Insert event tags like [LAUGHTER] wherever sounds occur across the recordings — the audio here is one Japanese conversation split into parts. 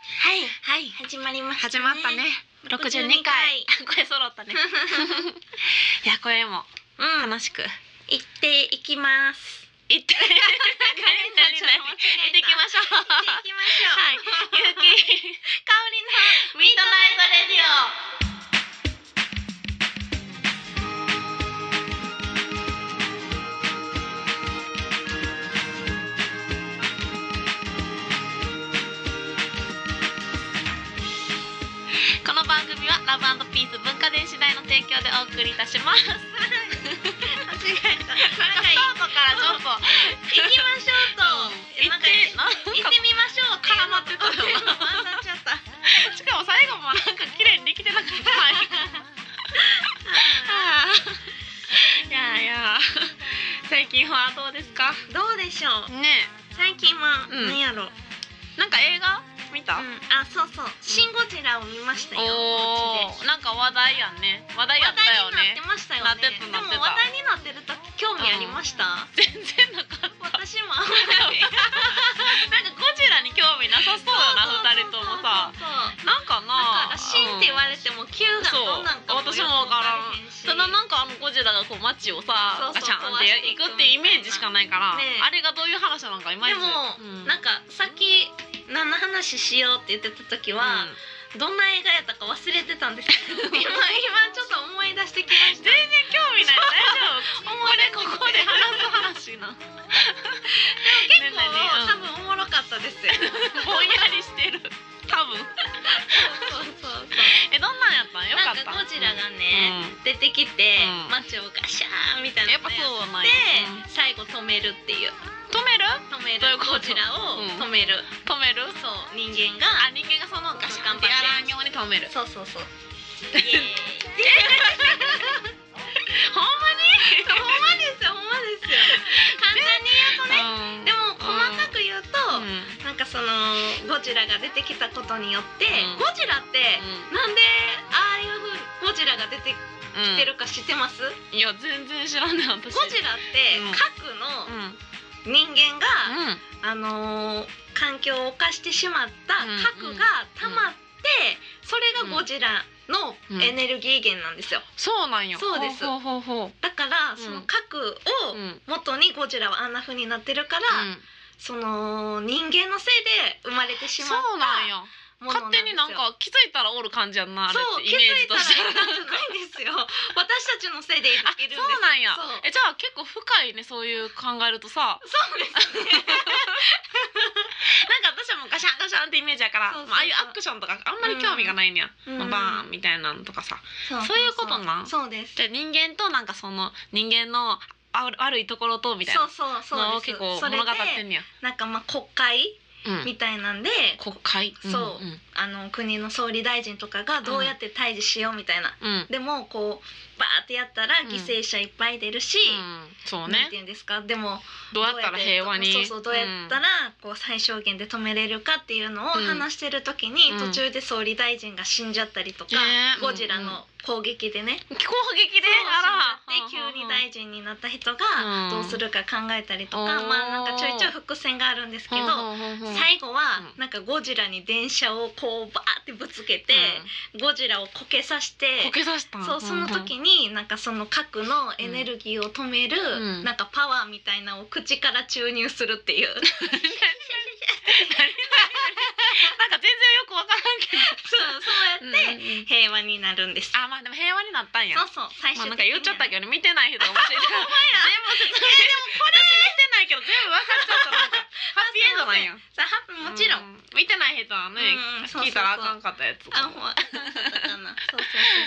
はい始まりました始まったね。六十二回。これ揃ったね。いやこれもうん楽しく行っていきます行って何何々何々行ってきましょ行う。っていきましょうはい。ゆうき香りのミッドナこの番組はラブピース文化電子代の提供でお送りいたします。なんかイトレディオ間違えたなんかスタートからちょっと行きましょうと行なんっかて行なんかってみましょう絡まってたよっていうのが混ざっちゃった [LAUGHS] しかも最後もなんか綺麗にできてなかった。あーいやいや最近はどうですか。どうでしょうね最近はうん何やろうえなんか映画見た。うんあそうそうシンゴジラを見ましたよお家でおおなんか話題やんね話題や話ったよ題にねなってましたよなっねてたなってたでも話題になってると興味ありました、全然なかったなんか私もあんま [LAUGHS] りゴジラに興味なさそうだな二人ともさそうそうそうなんかだかならシンって言われても Q うんがどんなんかそう私もわからんそただなんかあのゴジラがこう街をさそうそうガシャンって行くってイメージしかないから、ねえあれがどういう話なのかいまいでちも、うんなんかさっき何の話しようって言ってた時は、うんどんな映画やったか忘れてたんですけ [LAUGHS] ど今今ちょっと思い出してきまし全 [LAUGHS] た然興味ない大丈夫思こいれ出こしてきてこで話す話なで結も構、多分多分おもろかった [LAUGHS] ですよぼんやりしてる多分そうそうそうそうえどんなんやったんよなかんったかゴジラがうんね、出てきて、うん街をガシャーンみたいなやっぱそうなんでや、最後止めるっていう止める止めるどういうことゴジラをうん止める、止めるそう人間があ人間がそのガシャンってやらんように止めるそうそうそう。 [LAUGHS] ほんほんまにまですよ、ほんまですよ。簡 [LAUGHS] 単に言うとね。うんでも細かく言ううと、んなんかそのゴジラが出てきたことによって、うんゴジラって、うなんでああいうふうにゴジラが出てきんてるか知ってます？いや全然知らない私ゴジラってうん核うのん人間うが、んあのー環境を犯してしまったうん核が溜まって、それがゴジラのエネルギー源なんですよ。そうなんよそうですほうほうほうほだからんその核ううをん元にゴジラはあんな風になってるから、うんその人間のせいで生まれてしまそっうなんよたもの勝手にななんんですよか気づいたらおる感じやんなあれそうっ気てイづメージいたとらしてなんじゃないんです [LAUGHS] よ私たちのせいでいるんあですよそうなんやそうえじゃあ結構深いねそういう考えるとさそうですなんか私はもうガシャンガシャンってイメージやからそうそうそうまあああいうアクションとかあんまり興味がないねや、うんバーンみたいなのとかさそそういうことなんそうですじゃあ人間となんかその人間のある悪いところとみたいそうなそうそのうをです結構それ物で語ってんねや、なんかまあ国会うん、みたいなんで、国会そうんあの国の総理大臣とかがどうやって対峙しようみたいな、うん、うんでもこうバーってやったら犠牲者いっぱい出るし、そうなんねて言うんですかでもどうやったら平和にそうそうどうやったらこう最小限で止めれるかっていうのをうん話してる時に、うん途中で総理大臣が死んじゃったりとか、ねえゴジラの攻撃でね、うん攻撃であらそう死んじゃって急に大臣になった人うがんどうするか考えたりとか、おーまあなんかちょいちょい伏線があるんですけど。ど最後はうんなんかゴジラに電車をこうバーってぶつけて、ゴジラをこけさしてこけさしたんそうその時になんかその核のエネルギーを止める、うんなんかパワーみたいなのを口から注入するって [LAUGHS] いうそうなんか全然よくわからんけどそうやってうんうん平和になるんです。あまあでも平和になったんやそうそう最ま終あなん的かに言はっちゃったけど見てない人が面白い全部説明見てないけど全部分かっちゃったなん [LAUGHS] かハッピーエンドなんやさはもちろん、う見てない人はねうんそうそうそう聞いたらあかんかったやつあほらかなそう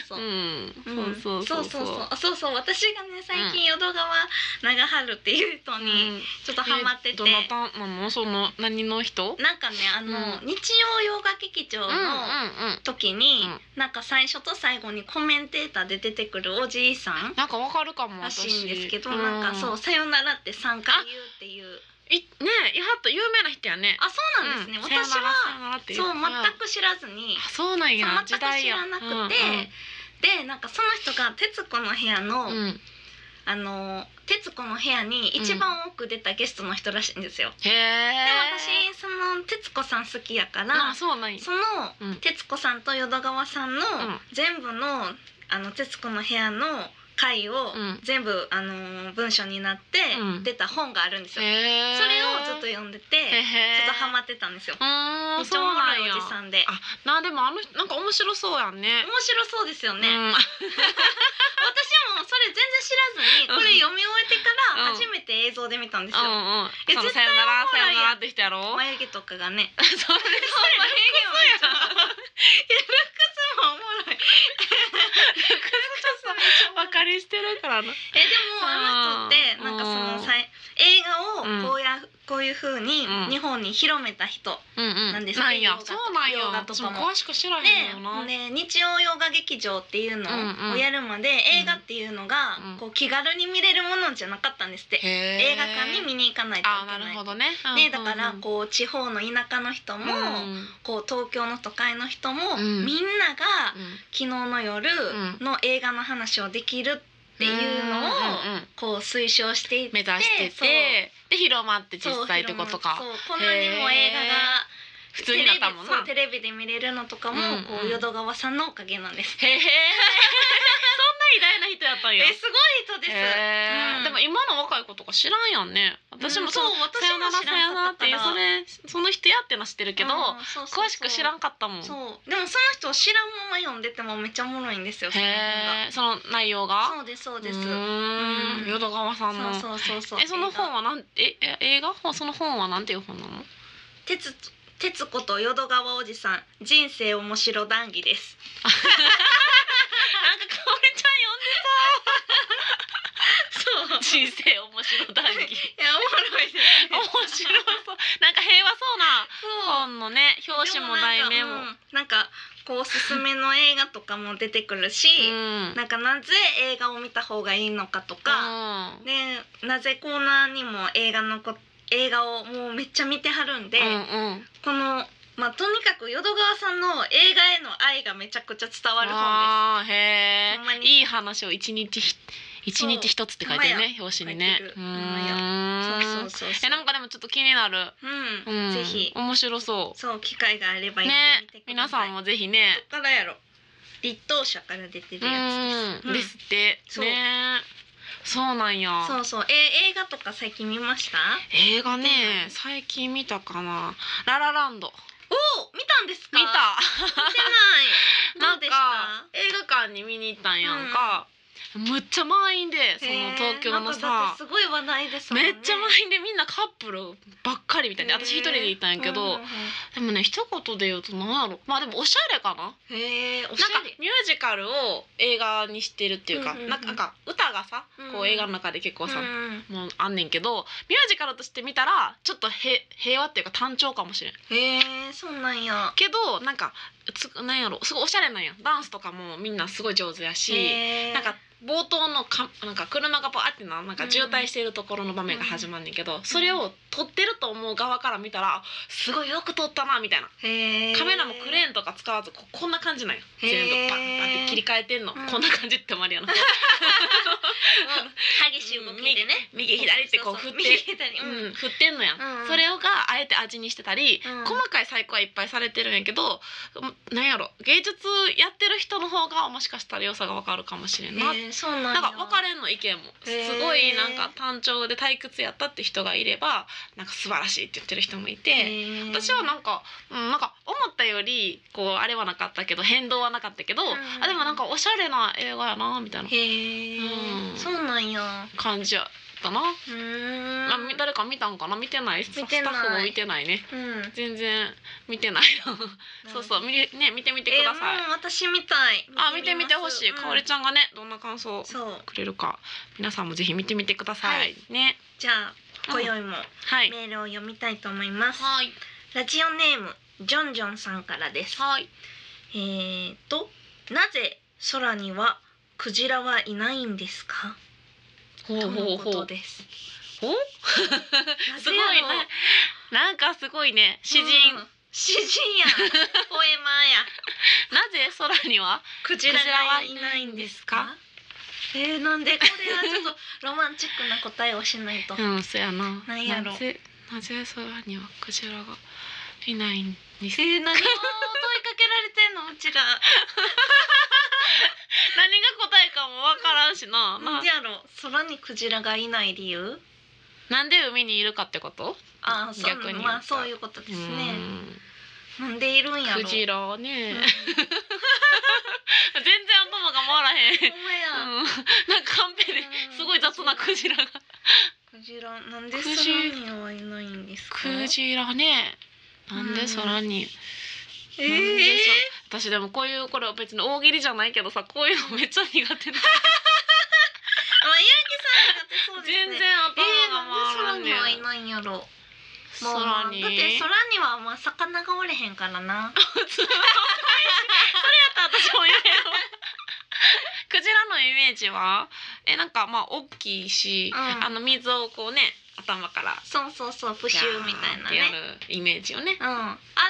そうそうそうう。んうんそうそうそうそうあそうそう私がね最近淀川長春っていう人にうんちょっとハマってえて、どなたなのその何の人なんかねあの、う日曜洋画劇場の、うんうんうん時に、うんなんか最初と最後にコメンテーターで出てくるおじいさんなんかわかるかもらし私いんですけど、なんかそう「さよなら」って3回言うっていういねえやっと有名な人やねあそうなんですね、うん私さよならさはよならってそう言った全く知らずにあそうなんやそう全時く代知やらなくて、うんうんでなんかその人が「徹子の部屋の」うんあの徹子の部屋に一番多く出たゲストの人らしいんですよ。へえで私その徹子さん好きやからあそうなんやその、うん徹子さんと淀川さんの、ん全部の「あの徹子の部屋」の回を、ん全部あのー文章になってうん出た本があるんですよ。へえそれをずっと読んでて、ちょっとハマってたんですよ。めマうーっんちそゃおもうなろんいやおじさんで。面あなでもあの人なんか面白そうやんね白そうですよね。うん私もそれ全然知らずにこれ読み終えてからうん初めて映像で見たんですうんよ。うんえその絶さよならさもろいやんよならって人やろ眉毛とかがね。 [LAUGHS] そうですそれルックスやん。いやルックスもおもろい。バ [LAUGHS] カにしてるからなえでもあの人ってなんかそのさい映画をこうや、こういう風にうん日本に広めた人、うんうんなんですなんや洋画とそうなんや洋画と私かもも詳しく知らへんよな、でね日曜洋画劇場っていうのうんうをんやるまで映画っていうのがうんこう気軽に見れるものじゃなかったんですって、映映画館に見に行かないといあーけなないるほどね、うんね、だからんこう地方の田舎の人も、うんうんこう東京の都会の人も、うんみんなが昨日の夜の映画の話をできるっていうのを、んんうんこう推奨していって目指してそうてで広まってそう実際ってことか広まるそうこんなにも映画へが普通になったもんなテレビそうテレビで見れるのとかも、うんうんこう淀川さんのおかげなんです。へえそんな偉大な人やったんえやすごい人です。へーうんでも今の若い子とか知らんやんね私もそのうんそうさよなら私も知さらよんなからっったかていらうそれその人やってのは知ってるけどうんそうそうそう詳しく知らんかったもんそうでもその人を知らんまま読んでてもめっちゃおもろいんですよ。その本へえその内容ががそうですそうです。うそうーうんん淀川さんのそうそうそう。えその本ははなんええ映画本その本はなんていう本なの鉄鉄子と淀川おじさん人生面白談義です。なんかかおりち [LAUGHS] そう。ゃん読んで人生面白談 [LAUGHS] 義いやおもろいです、ね。 [LAUGHS] 面白そうなんか平和そうなそう。本のね表紙も題名もでなんか,、うん、なんかこうおすすめの映画とかも出てくるし、うんなんかなぜ映画を見た方がいいのかとか、うんでなぜコーナーにも映画のこ映画をもうめっちゃ見てはるんで、うんうんこのまあとにかく淀川さんの映画への愛がめちゃくちゃ伝わる本であーへほんまにえいい話を一日ひ一日一つって書いてるね表紙にね書いてるうーす。んそうそうそうそえう。なんかでもちょっと気になる、う、うんん、ぜひ面白そそう機会があればう読ねんでみてくだ皆ささい。んもぜひねどっからやろ。立冬社から出てるやつです。うんですってそうねそうなんやそうそう、え映画とか最近見ました？映画ねうん最近見たかなララランドおお、見たんですか？見。た見てない。などうんでかし映画館に見に行ったんやんか、むっちゃ満員でた？ [LAUGHS] その東京へーなのんかだっさてすごい話題ですもんめね。っちゃ満員でみんなカップルばっかりみたいで私一人で行ったんやけど、へでもね一言で言うと何やろまあでもおしゃれかなえ、おしなんゃかれ。ミュージカルを映画にしてるっていうか、うんうんうんなんかなんか歌がさうこんう映画の中で結構さ、うんもうあんねんけどミュージカルとして見たらちょっとへ平和っていうか単調かもしれんへえ、そうなんや。けどなんかつなんやろすごいおしゃれなんやダンスとかもみんなすごい上手やし、へーなんか冒頭のかなんか車がバーってななんか渋滞しているところの場面が始まんねんけど、それを撮ってると思う側から見たらすごいよく撮ったなみたいなへえ。カメラもクレーンとか使わずここんな感じなんよへー全部バンバンって切り替えてんの、うんこんな感じってマ [LAUGHS] リアのうん激しい動きでね。右左ってこう振そっそ右て。左。うんうん、振ってんのやん、うんうんそれをがあえて味にしてたり、うん細かい細工はいっぱいされてるんやけどうんなんやろ芸術やってる人の方がもしかしたら良さがわかるかもしれんなっへえ、そうなんや。なんか分かれんの意見もすへーごいなんか単調で退屈やったって人がいればなんか素晴らしいって言ってる人もいてへー私はなんか、うん、なんか思ったよりこうあれはなかったけど変動はなかったけど、んあでもなんかおしゃれな映画やなみたいなへえう、んそうなんや。感じやったな、うーん。あみ誰か見たんかな見てないス見てないスタッフも見てないねうん。全然見てない [LAUGHS] なそうそう見,、ね、見てみてください、えーもう私みたいあ見てみてほしい、かおりちちゃんがねどんな感想をそうくれるか皆さんもぜひ見てみてください、はいねじゃあ今宵もはいメールを読みたいと思います、はいラジオネームジョンジョンさんからですはいえーとなぜ空にはクジラはいないんですかほうとほのこうほとう。ですほうなすぜごいやろうね。なんかすごいね。詩人、うん詩人 [LAUGHS] やポエマーやなぜ空にはクジララがはいいなないいんんでですすかかえー、なんでこれはちょっとロマンチックな答えをしないと。うんそやななんやろなぜなぜ空にはクジラがいないんですえー、何を問いかけられてんのうちら。何が答えかもわからんしなななんでやろ空にクジラがいない理由？なんで海にいるかってことあー、そう逆に言ったまあそういうことですね。なんでいるんやうろ。んクジラはね、うん全然頭が回らへん、ほんまや。うん、なんかカンペでうんすごい雑なクジラがクジラなんでク空ジにはいないんですか？クジラねなんで空に、えなんでえそ私でもこういうこれは別に大喜利じゃないけどさこういうのめっちゃ苦手なまあヤンキーさん苦手そうですね。全えー、然頭がなんで空回らんにねんはいないんやろ。もう空にだって空にはまあ魚がおれへんからな。それやったら私も言えよクジラのイメージはえなんかまあ大きいし、うんあの水をこうね頭からそうそうそうプシューみたいなやね。るイメージよねうん。あ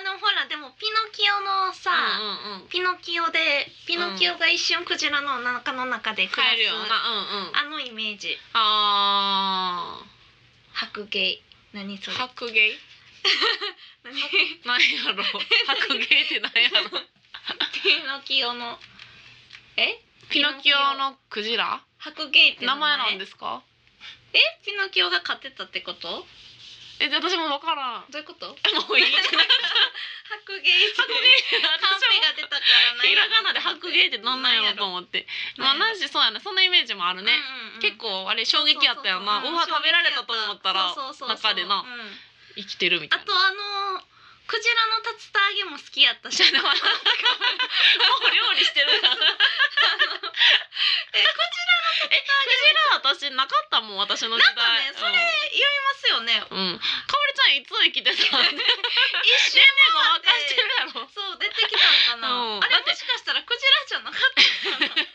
のほらでもピノキオのさ。うんうんうんピノキオでピノキオが一瞬クジラのお腹の中で暮らす、帰るようなうんうあのんイメージあ白芸何そーれ白芸何ピなんや [LAUGHS] ろ白芸ってなんやろノキオのえピノキオのクジラ白芸って名前なんですすかえピノキオが飼ってたってことどえじゃあ私もわからんういうこともういいっ [LAUGHS] てな白芸白白芸芸私カンペもが出たからなひらがなで白芸ってなんなんやろと思ってまあなんやろなしそうやなそんなイメージもあるね、結構あれ衝撃やったよなうわ食べられたと思ったら中でなあ生きてるみたいな [LAUGHS] とあのークジラの竜田揚げも好きやったしもう [LAUGHS] 料理してるからえクジクジラ私なかったもん私の時なんかね代それ言いますよねうん、うん、かおりちゃんいつ生きて [LAUGHS] たん [LAUGHS] 年一齢瞬が沸かしてるやろそう出てきたんかな、うんあだれってもしかしたらクジラじゃなかったのかなでも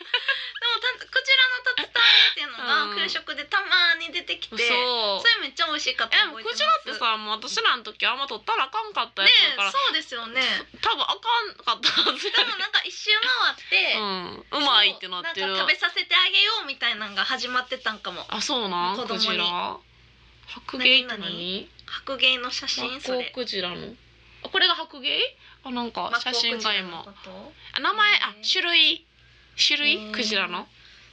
たクジラの竜田揚げっていうのがうん給食でたまに出てきて、そうそれめっちゃ美味しかったえでのも覚えクてジラまってすさもう私らの時あんま取ったらあかんかったやねつだから、そうですよねで多分あかんかったはずやもなんか一周回って、うん、うまいってなってるそうなんか食べさせてあげようみたいなのが始まってたんかもあそうなん子供にクジラ白芸って何何白芸の写マ真ッそコウれクジラのあこれが白芸あなんか写真がマッ今コウクジラのことあ名前へあー種類種へ類ークジラの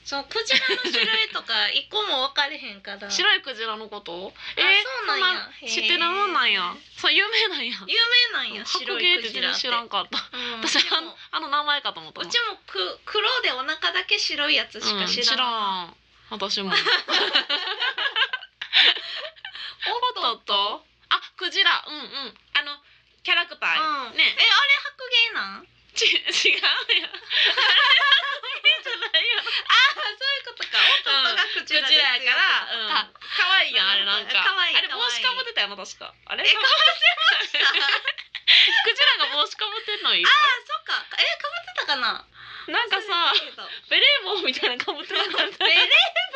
そうクジラの種類とか一個も分かれへんから白いクジラのことえーそうなんやへー知ってるもんなんやそう有名なんや有名なんや白白い芸クっジて全ラっ然て知らんかったうん私であものあの名前かと思ったうのちもく黒でお腹だけ白いやつしか知らん、うん知らん [LAUGHS] 私もおっとっとあクジラうんうんあのキャラクター、うんねえあれ白芸なんち違う [LAUGHS] やん。じゃないよ。あそういうことかおっとっとがクこジちラでらすよやから、うん、可愛いやんあれなんか。可愛いあれ帽可愛い子かぶってたよな確か。あれ？えかぶってまあした。クジラが帽子かぶってんのいい。そっかえかぶってたかななんかさ、忘れた [LAUGHS] ベレー帽みたいなのかぶってなかっけどた。ベえ、レー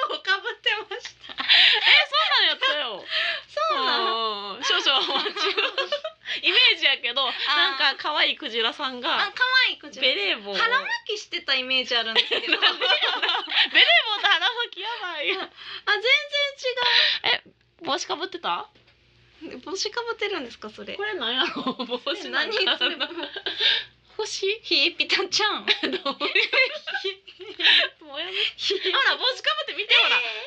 帽かぶってましたそうなんやったよ。そうなのうん。少々お待ちを。イメージやけど、なんか可愛いクジラさんあが可愛いクジラベレー帽。腹巻きしてたイメージあるんですけどあ全然違ベレー帽と腹巻きやばいやん。帽子かぶってた？う帽子かぶってるんですかそれこれなんやろ帽子なん何かそれ星ひいぴたちゃんどういうもうやめほら帽子かぶって見て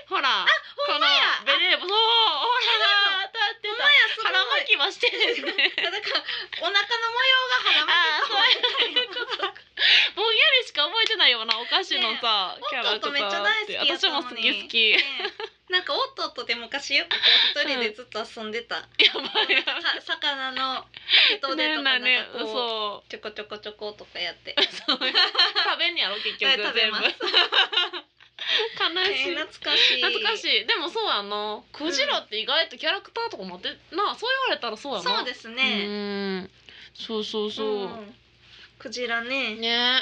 ほら、ほらほんこまのやベレー帽そうほら当たってほんまたやすごい腹巻きはしてるねだからお腹の模様が腹巻き [LAUGHS] かもぼんやりしか覚えてないようなお菓子のさ、ねえキャラおっクターとっとめっちゃ大好きやった私もの好にき好きやねなんかおっとっとで昔よくこう一人でずっと遊んでた、ばいやばいさ魚の糸でとかなんかねえねえ [LAUGHS] こう、そうちょこちょこちょことかやってそう食べ [LAUGHS] んやろ結局え食べ全部ま悲す、し [LAUGHS] いえー、懐かしい [LAUGHS] 懐かしいでもそうやんなクジラって意外とキャラクターとか持ってなそう言われたらそうやなそうですね、うんそうそうそう、んクジラねね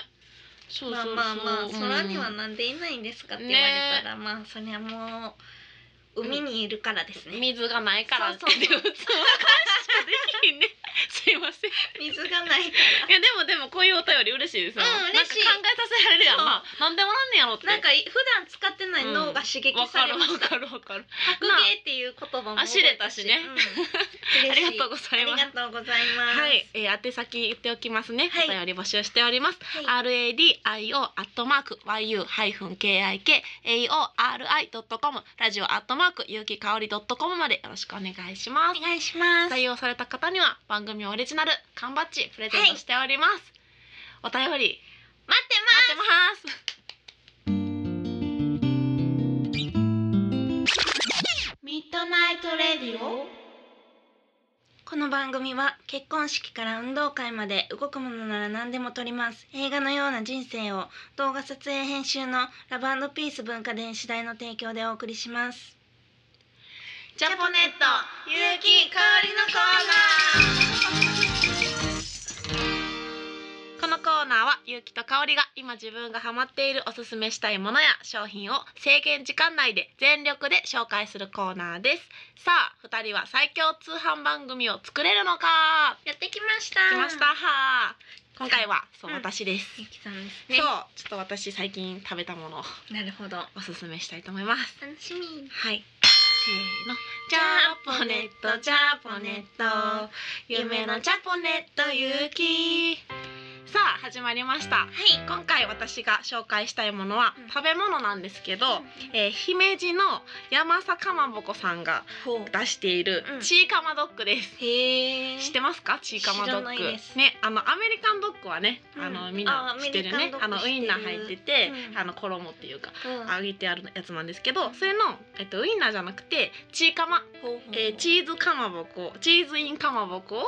そうまそあうそう、まあまあうん空にはなんでいないんですかって言われたら、まあそりゃもう海にいるからですね、水がないからそうそうそう [LAUGHS] って普通の歌詞しかできひんね。すいません。水が [LAUGHS] ないかいやでもでもこういうお便り嬉しいですよ。うん嬉しいなんか考えさせられるやんそうな。なんでもなんねやろって。らなんかい普段使ってない脳が刺激わさかれるまわした、かるわかる。格ゲーっていう言葉も覚えあ知れたしねうん [LAUGHS] あ嬉しいりがとうございますあ。りがとうございますはい、えー、宛先言っておきますね。はいお便り募集しております。はい R A D I O アットマーク Y U ハイフン K I K A O R I ドットコムラジオアットマークゆうきかおりドットコムまでよろしくお願いしまおす。願いします採用された方には番組オリジナル缶バッジプレゼントしております。お便り待ってます待ってます。ミッドナイトレディオこの番組は結婚式から運動会まで動くものなら何でも撮ります映画のような人生を動画撮影編集のラブピース文化電子台の提供でお送りしますジャポネットゆうき香りのコこのコーナーはゆうきとかおりが今自分がハマっているおすすめしたいものや商品を制限時間内で全力で紹介するコーナーですさあ二人は最強通販番組を作れるのーかナーやってきました来ましたはー今回はそう、うん私です、ゆうきさんですそうちょっと私最近食べたものをなるほど楽おすすめしたいと思いますしみはいせーのジャポネットジャポネット夢のジャポネットゆうきさあ始まりましたはい今回私が紹介したいものはうん食べ物なんですけど、ええー姫路の山坂かまぼこさんがほう出しているうんチーカマドッグです。へえ知ってますかチーカマド知らなッいグですねあのアメリカンドッグはね、うんあのみんあなー知ってるアメねリカンあドッのグウインナー入ってて、うんあの衣っていうかうん揚げてあるやつなんですけどそれの、えっと、ウインナーじゃなくてチーカマ、ほうほうほうえーチーズかまぼこチーズインかまぼこを、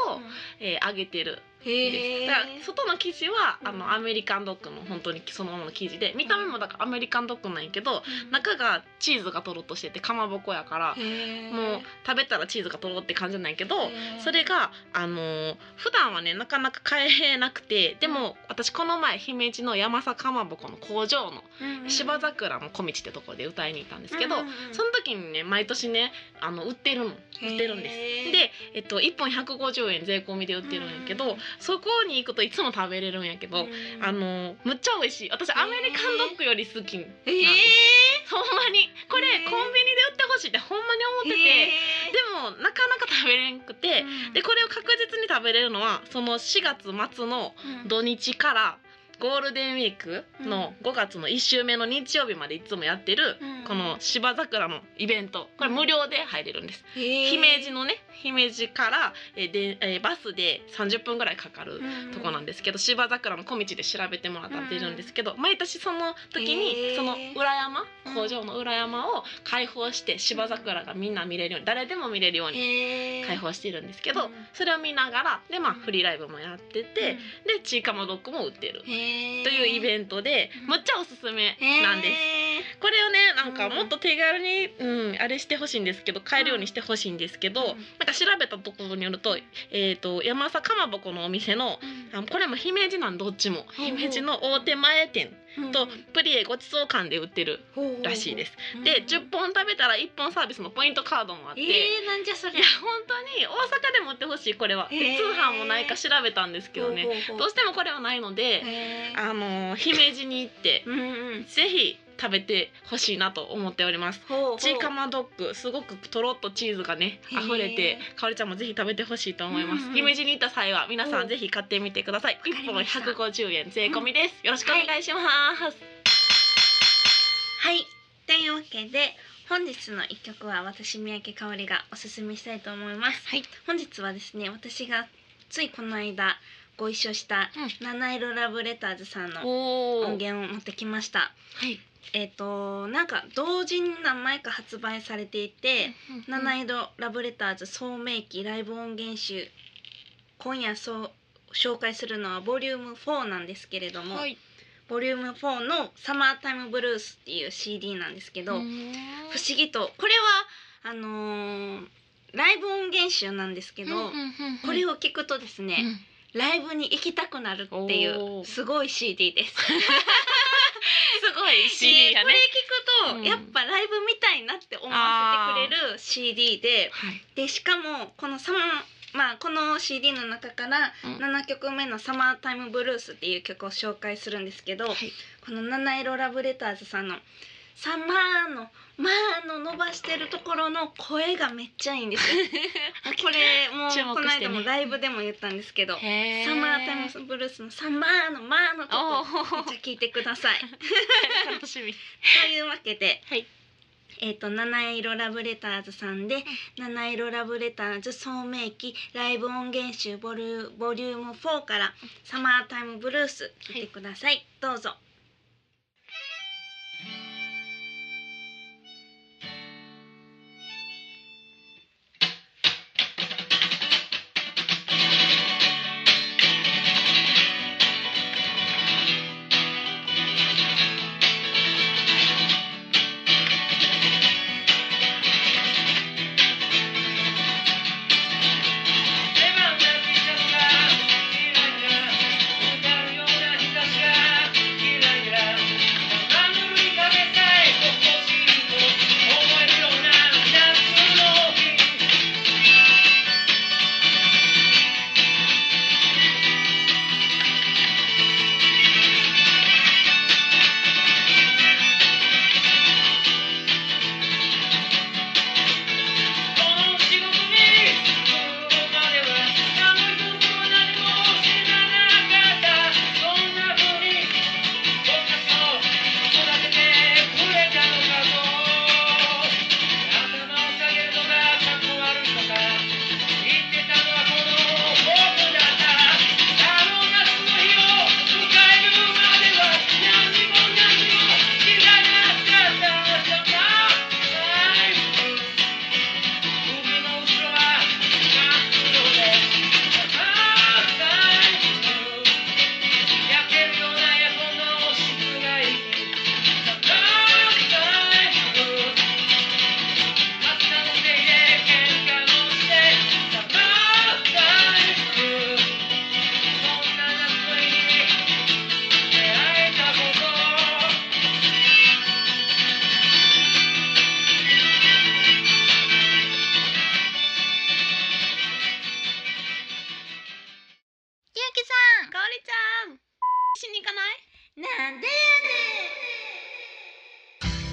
えー揚げてるです。だから外の生地はあうんのアメリカンドッグの本当にそのままの生地で見た目もだからアメリカンドッグなんやけど中がチーズがとろっとしててかまぼこやからもう食べたらチーズがとろって感じなんやけどそれがあのー普段はねなかなか買えなくてでも私この前姫路の山坂かまぼこの工場の芝桜の小道ってところで歌いに行ったんですけどその時にね毎年ねあの売ってるの売ってるんです。で、えっと、1本150円税込みで売ってるんやけど、うんそこに行くといつも食べれるんやけど、あのむっちゃ美味しい私アメリカンドッグより好きなんです、ええほんまにこれ、へーコンビニで売ってほしいってほんまに思ってて、でもなかなか食べれんくて、でこれを確実に食べれるのはその4月末の土日からゴールデンウィークの5月の1週目の日曜日までいつもやってる、うんこの芝桜のイベントこれ無料で入れるんです。姫路のね姫路からえーで、えーバスで30分ぐらいかかるとこなんですけど、芝桜の小道で調べてもらったら出るんですけど、毎年その時へーにその裏山うん工場の裏山を開放して芝桜がみんな見れるように誰でも見れるようにへ開放してるんですけど、うんそれを見ながらでまあうんフリーライブもやってて、でチーカマドッグも売ってる。といというインベントでうんむっちゃおすすめなんです。これをねなんかうんもっと手軽に、うんあれしてほしいんですけど買えるようにしてほしいんですけど、うんなんか調べたところによると,、えー、と山浅かまぼこのお店のあこれも姫路なんどっちもうん姫路の大手前店うんとプリエごちそう館で売ってるらしいです。で10本食べたら1本サービスのポイントカードもあって。ええなんじゃそいれや本当に大阪でも売ってほしいこれは、でへー通販もないか調べたんですけどねどうしてもこれはないので、あのー姫路に行ってうんうんぜひ食べてほしいなと思っております。ほうチーカマドッグすごくとろっとチーズがねへー溢れてかおりちゃんもぜひ食べてほしいと思います、うんうん姫路に行った際は皆さうんんぜひ買ってみてくださいり一本ました150円税込みです、よろしくお願いします、はい、というわけで本日の一曲は私三宅香織がおすすめしたいと思います。はい本日はですね、私がついこの間ご一緒したう七色ラブレターズさんのお音源を持ってきました。はい、えっ、となんか同時に何枚か発売されていて、七色ラブレターズ聡明期ライブ音源集今夜そう紹介するのはボリューム4なんですけれども、はいボリューム4のサマータイムブルースっていう CD なんですけど。不思議とこれはあのーライブ音源集なんですけど、これをを聞くとですね、ライブに行きたくなるっていおうーすごい CD です。 [LAUGHS] すごい CD でやこねれ聞くと、うんやっぱライブみたいなって思わせてくれる CD ではいでしかもこのサマーまあこの CD の中からうん7曲目の「サマータイムブルース」っていう曲を紹介するんですけど、いこの「七色ラブレターズ」さんの「サマーの「まあ」の伸ばしてるところの声がめっちゃいいん [LAUGHS] ですよ。これもう、注目このしてね間もライブでも言ったんですけど「へサマータイムブルース」の「サマーの「まあ」のとおこーめっちゃ聞いてくだ [LAUGHS] さい。楽 [LAUGHS] しみというわけで、はいえっ、と七色ラブレターズさんで、七色ラブレターズ聡明期ライブ音源集ボリュボリューム4からサマータイムブルース聞いてください、どうぞ。レバンな日差しがキラキラ浮かぶような日差しがキラキラ生ぬるい食べたい心地いいと思えるような夏の日この仕事に来るまではあまり僕は何も知らなかったそんな風に僕を育ててくれたのかと頭を下げるのがかっこ悪いとか言ってたのはこの僕だったあの夏の日を迎えるまでは何も何も知らなかったそんな海の後ろは真っ黒で「サマータイムブルース」「焼けるようなエアコンの室外機」「サマータイムブルース」「暑さのせいで喧嘩もして」「サマータイムブルース」「そんな夏に出会えたこと」ゆうきさん、かおりちゃん、しに行かない？なんで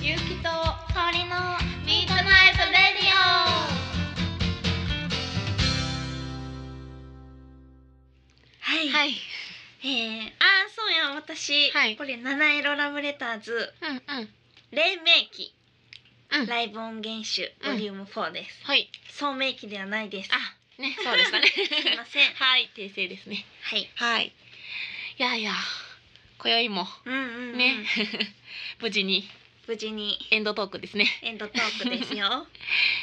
やねん。ゆうきとかおりのミートナイトレディオ。はい。いえー、あーそうや私、はいこれ七色ラブレターズうんうん黎明期うんライブ音源集うボんリューム4です、はい聡明期ではないですあねそうでし [LAUGHS] たねすいませんはい訂正ですねはいはいいやいや今宵もうんうん、うん、ね、 [LAUGHS] 無事に無事にエンドトークですねエンドトークです [LAUGHS] よ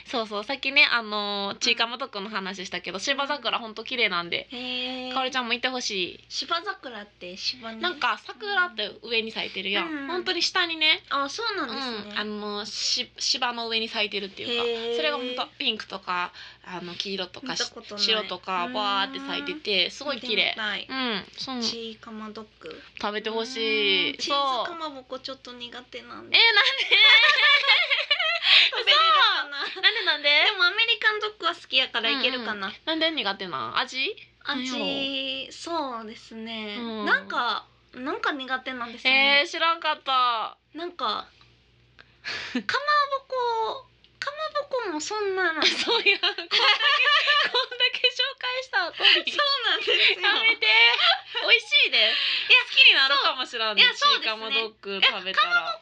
そうそうさっきねあのーちいかまとくの話したけど芝桜ほんと綺麗なんで、へえかおりちゃんも行ってほし芝桜って芝いになんか桜って上に咲いてるやん、うんん、本当に下にねあそうなんですね、うん、あのし芝の上に咲いてるっていうかへーそれが本当ピンクとかあの黄色とか見たことない白とかバーって咲いててすごい綺麗はいうんそう食チーカマドッグべてほしうんいチそうーズかまぼこちょっと苦手なんえでー食べれるかなななんでなんででもアメリカンドッグは好きやからいけるかな、なんで苦手なん味味そうですね、うんなんかなんか苦手なんですよえねー、、知らんかった [LAUGHS] なんかかまぼこかまぼこもそんななんそう [LAUGHS] そうやんこんだけこんだけ紹介した後になんですよやめて美味しいでいや好きになるかもしらんねいやそうちいかまドッグえ食べたこら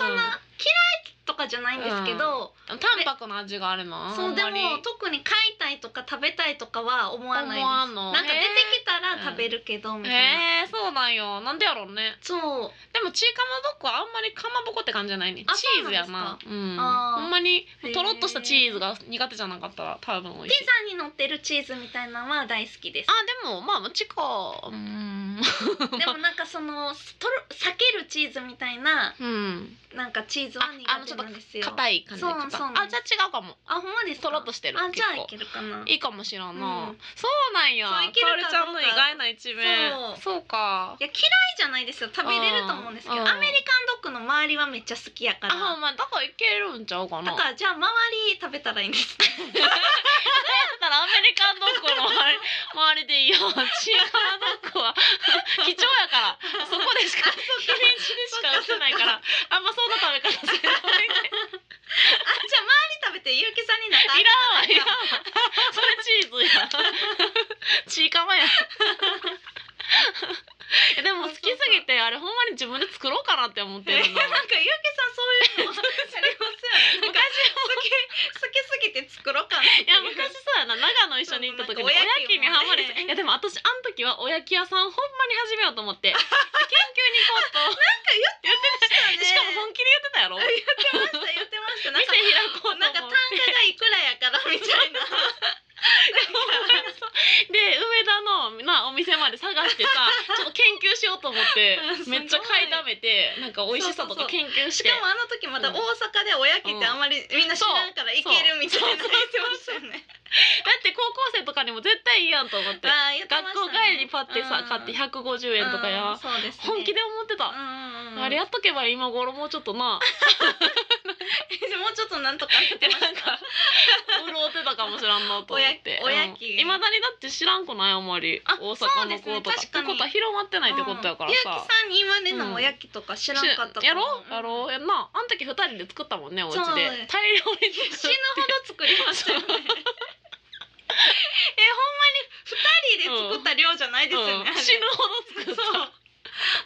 こはねそんな、うん嫌いとかじゃないんですけど、淡白な味があるなそうであんまりも特に買いたいとか食べたいとかは思わないです思わんなのんか出てきたら食べるけどみたいな、へえそうなんよなんでやろうねそうでもちいかまどっこはあんまりかまぼこって感じじゃないねあチーズやなうんあーほんまにへーとろっとしたチーズが苦手じゃなかったら多分美味ピしいザに乗ってるチーズみたいなのは大好きですあでもまあちかうーん [LAUGHS] でもなんかそのとろ避けるチーズみたいなうんなんかチーズは苦手なんですよ。硬い感じでそうそうあじゃあ違うかもあほんまですか。とろっとしてるあじ結ゃあい構けるかな。いいかもしらんな、うんそうなんやそういけるかかおりちゃんの意外な一面そうそうかいや嫌いじゃないですよ食べれると思うんですけどアあメーリカンドッグの周りはめっちゃ好きやかあほらんまだからいけるんちゃうかな [LAUGHS] だからじゃあ周り食べたらいいんですだったらアメリカンドッグのあれでいいよちいかわドッ [LAUGHS] グは貴重やからそこでしか秘密でしか打てないからあんまそんな食べ方せんといて食べて結城さんになっいらんわいらんわそれチーズやちいかわやえでも好きすぎてあれほんまに自分で作ろうかなって思って [LAUGHS] るのなんかゆうきさんそういうのありますよね。なんか好き好きすぎて作ろうかなっていいやう。昔さ長野一緒に行った時におやきにハマりすいやでも私あの時はおやき屋さんほんまに始めようと思って研究に行 [LAUGHS] こうと [LAUGHS] しかも本気で言ってたやろ言ってました [LAUGHS] 言ってました。なん店か開こうと思なんか単価がいくらやからみたい [LAUGHS] な。で梅田のなお店まで探して [LAUGHS] さちょっと研究しようと思ってうんすごいめっちゃ買いだめてなんか美味しさとそうそうそかう研究ししてかもあの時まだ大阪でおやきってあんまりみんな知らんからいけるみたいな言ってましたよね。だって高校生とかにも絶対いいやんと思ってああ言ってましたね学校帰りパッてさうん買って150円とかうんやそうですね。本気で思ってうんたうんうん。あれやっとけば今頃もうちょっとなでもうちょっとなんとかやってまなんした。か潤ってたかもしらんなと思っておやおやきいま、未だにだって知らんこないあんまりあ大阪の子とかそうですね確ってかにことは広まってないってことやからゆうきささんに今でのおやきとか知らんかったかもやろやろやんなあん時二人で作ったもんねお家でそう大量に死ぬほど作りました [LAUGHS] よねえほんまに二人で作った量じゃないですよね、うんあれ死ぬほど作っそう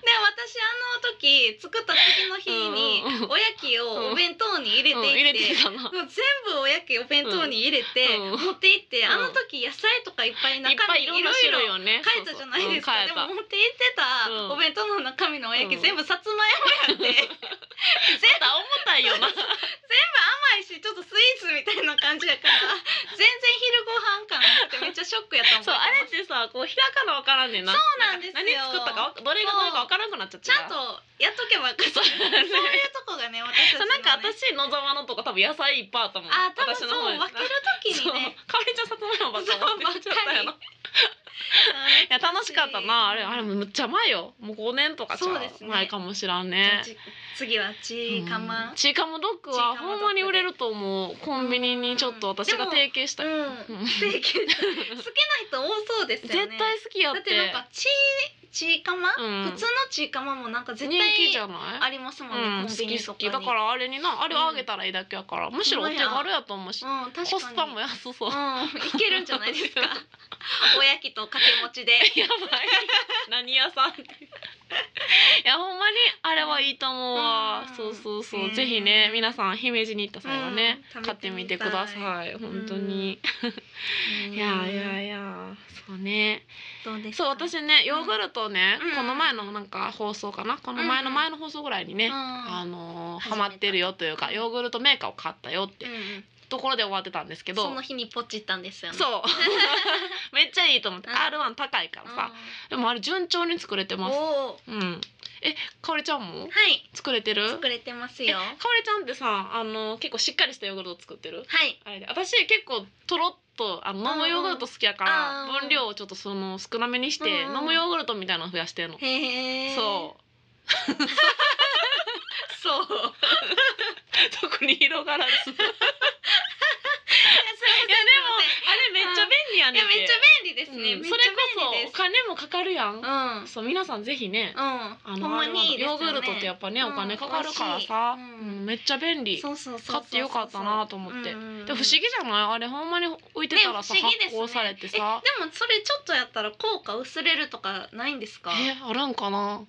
で私たあの時作った次の日にうんうんうんおやきをお弁当に入れてうんい入っれててたなもう全部おやきお弁当に入れて、うんうん持って行って、うんあの時野菜とかいっぱい中いっぱい身いいろろんいな種類ろをね変えたじゃないですかそうそうでうんも持って行ってたうんお弁当の中身のおやき、うん全部さつまいもやって全 [LAUGHS] 部変えた重たいよな甘いしちょっとスイーツみたいな感じやから全然昼ご飯感なくてめっちゃショックやったもん [LAUGHS] そうあれってさこう開かなわからんねんなそうなんですよ何作ったかわどれがどれかわからなくなっちゃってちゃんとやっとけばよかったそうそういうとこがね私たちそうの、ね、なんか私野沢のとこ多分野菜いっぱいあったもんあ多分私そうの方に分ける時そうにねかおりちゃんさつまいもばっか持ってきちゃったやそうばっかりろいや楽しかったなあれあれむっちゃ前よもう5年とかちゃうそうですね前かもしらんじゃねあち次はちいかま、ちいかまドッグはほんまに売れると思うコンビニにちょっと私が提携したい、うん、うんできる好きな人多そうですよ絶ね対好きやっだっててなんかちちいかま、うん普通のちいかまもなんか絶人対気じゃないありますもんね、うん、コ好ンビニきと好かにきだからあれになあれをあげたらいいだけやから、むしろお手軽やと思うしうん確かにコスパも安そう、う [LAUGHS] やばんいけるんじゃない [LAUGHS] ですかおやきと掛け持ちでい何屋 [LAUGHS] さんっていやほんまにあれはいいと思うわ、うんそうそうそう、うんぜひね皆さん姫路に行った際はね、うん買ってみてください本当に、いやいやいやそうねどうですかそう私ねヨーグルトね、うんこの前のなんか放送かなこの前のうん前の放送ぐらいにね、うんあのー始ハめたマってるよというかヨーグルトメーカーを買ったよってうんうんところで終わってたんですけど、その日にポチったんですよねそう [LAUGHS] めっちゃいいと思って、うん R1 高いからさ、でもあれ順調に作れてうんまおすおうんえかおりちゃんはもい作れてる作れてますえよかはおりちゃんってさあのー結構しっかりしたヨーグルト作ってるいあれで私結構とろっとあの飲むヨーグルト好きやかうらんうん分量をちょっとその少なめにしてうんうん飲むヨーグルトみたいなの増やしてんの。へえそう [LAUGHS] そうそれう特に広がらず。いやでもあれめっちゃ便利やいねやんめっちゃ便利ですね、うんめっちそゃれこ便そ利おです金もかかるやん。うんそう皆さんぜひね。うあんのほんまにいいですよヨーねグルトってやっぱねうんお金かかるからさ、美味しいうんうんめっちゃ便利。そうそうそうそう買ってよかったなと思って。でうんもうんうん不思議じゃないあれほんまに置いてたらさね不思議です発ね酵されてえでさ。もそれちょっとやったら効果薄れるとかないんですかえあるんかな。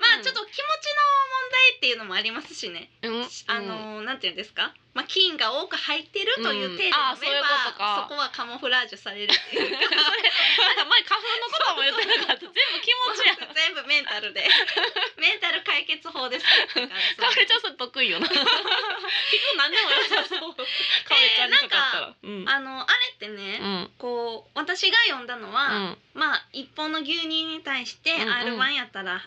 まうあんちょっと気持ちの問題っていうのもありますしね、うんあのーなんていうんですか、まあ、菌が多く入ってるという程度うんあーのそうれいうことば、かそこはカモフラージュされるっていうかなんか前花粉のことも言ってなか [LAUGHS] った。全部気 [LAUGHS] 持ちやん。か全部メンタル [LAUGHS] でメンタル解決法ですからおりちゃんそれ得意よな。結局何でも良さそう。かおりちゃんにかかったら。うんあのあれってね、うんこう私が読んだのは、まあ一本の牛乳に対してうんうん R1 やったら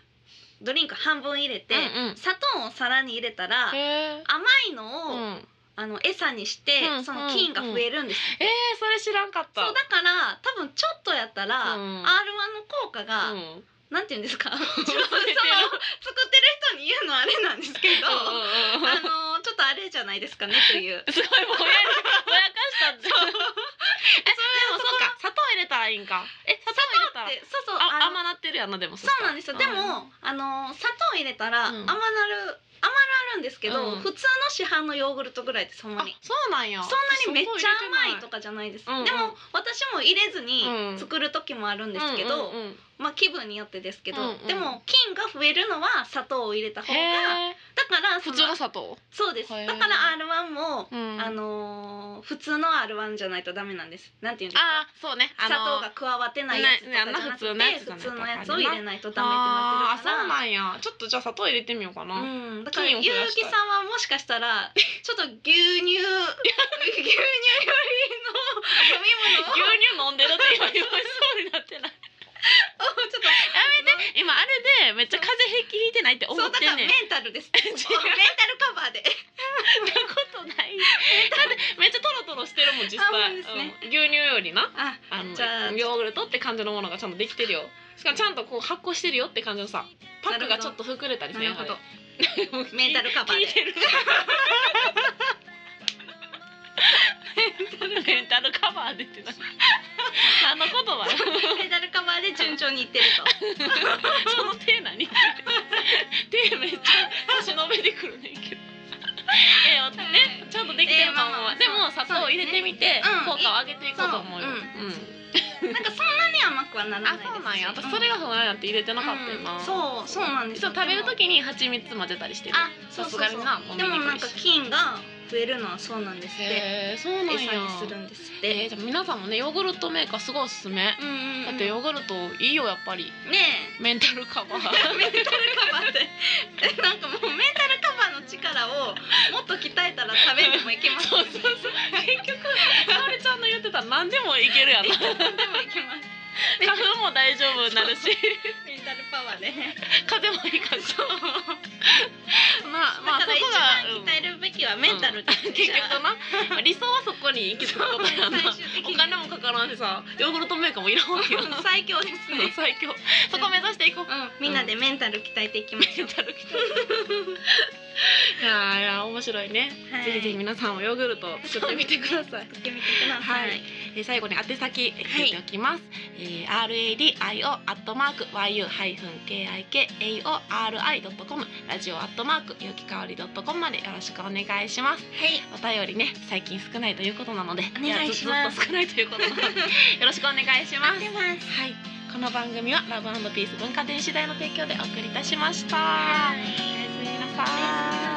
ドリンク半分入れて、うんうん砂糖を皿に入れたらうん。へえ。甘いのを、うんあの餌にして、うんその菌が増えるんですってえー、それ知らんかった。そうだから多分ちょっとやったら、うん R1 の効果が、うん。なんて言うん [LAUGHS] ですかちょっとそのれてる作ってる人に言うのはあれなんですけど、うんうんうんあのちょっとあれじゃないですかねというすごいもうやりした [LAUGHS] って。え、でもそうか、砂糖入れたらいいんか。え、砂糖入れたら。でそうそうあ、あの甘なってるやんなでも。そそっかうなんですよでも、あの砂糖入れたらうん甘なる、甘なるんですけど、うん普通の市販のヨーグルトぐらいですほんまあに、そうなんや。そんなにめっちゃ甘いとかかじゃないです、うんうんでも私も入れずうんに作る時もあるんですけど、うんうんうんまあ気分によってですけど、うんうんでも菌が増えるのは砂糖を入れた方がだへえ。からそ普の通の砂糖。そうですへだーから R1 も、うんあのー普通の R1 じゃないとダメなんですなんていうんですかあー、そうね。あ砂の糖が加わってないやつとかじゃなくてねあんな普通のやつじ普ゃない通のやつを入れないとダメってなあっーてるそうかなんや。ちょっとじゃあ砂糖入れてみようかな。らうんだから菌を結増やしたい城さんはもしかしたらちょっと牛乳牛 [LAUGHS] 乳よりの飲み物 [LAUGHS] 牛を [LAUGHS] 乳飲んでるって今言われそうになってないちょっとやめて今あれでめっちゃ風邪ひいてないって思そうっだてかんらねメんンタル [LAUGHS] ですメンタルカバーでそんなこと [LAUGHS] ないだってめっちゃトロトロしてるもん実際、あほんまですねうん牛乳よりなああのじゃあヨーグルトって感じのものがちゃんとできてるよしかもちゃんとこう発酵してるよって感じのさパックがちょっと膨れたりなするるほほどど。 [LAUGHS] メンタルカバー聞でいてるメンタルカバーでってな何の言葉よメンタルカバーで順調にいってるとその手 [LAUGHS] 何手めっちゃ差し伸べてくるねんけど。えーね、ちゃんとできてると思うわ、えーでまあまあも砂糖を入れてみて、そうねうん効果を上げていこうと思うよ、そううんなんかそんなに甘くはならないであすそうなんや私それが不安やって入れてなかったよな、うんそうそうなんですそう食べるき時に蜂蜜混ぜたりしてるあそうそうさそすうがになもうでも見になくんいかし菌が増えるのはそうなんですってへえそうなんや餌にするんですっえてーじゃあ皆さんもねヨーグルトメーカーすごいおすすめ、うんうんうんだってヨーグルトいいよやっぱりねメンタル [LAUGHS] カバーえメンタルカバーでなんかもうメンタルカバーの力をもっと鍛えたら食べにもいけますそうそうそう [LAUGHS] 結局かおりちゃんの言ってたら何でもいけるやんなでもいけます花粉も大丈夫になるしメンタルパワーで風邪もいいかしまあまあだからそ一こが、う番ん鍛えるべきはメンタル [LAUGHS] ですね結じゃあ局なまあ [LAUGHS] 理想はそこに行き着くことやなそう最終的にお金もかからんしさヨーグルトメーカーもいらんわけよな最強ですね。 [LAUGHS] 最強そこ目指していこううん、みんなでメンタル鍛えていきましょう。いやーいやー面白いね、はいぜひぜひ皆さんもヨーグルト作ってみてく [LAUGHS] ださいやってみてください。はいえー最後に宛先えー言っておきます。えー RADIO アットマーク YU ハイフン KIKAORI ドットコムラジオアットマークゆきかおりドットコムまでよろしくお願いします。はい、お便りね最近少ないということなので、お願いしますやずずっと少ないということなのでよろしくお願いします。待ってます。 [LAUGHS] はい、この番組はラブピース文化電子台の提供でお送りいたしました。おやすみなさい。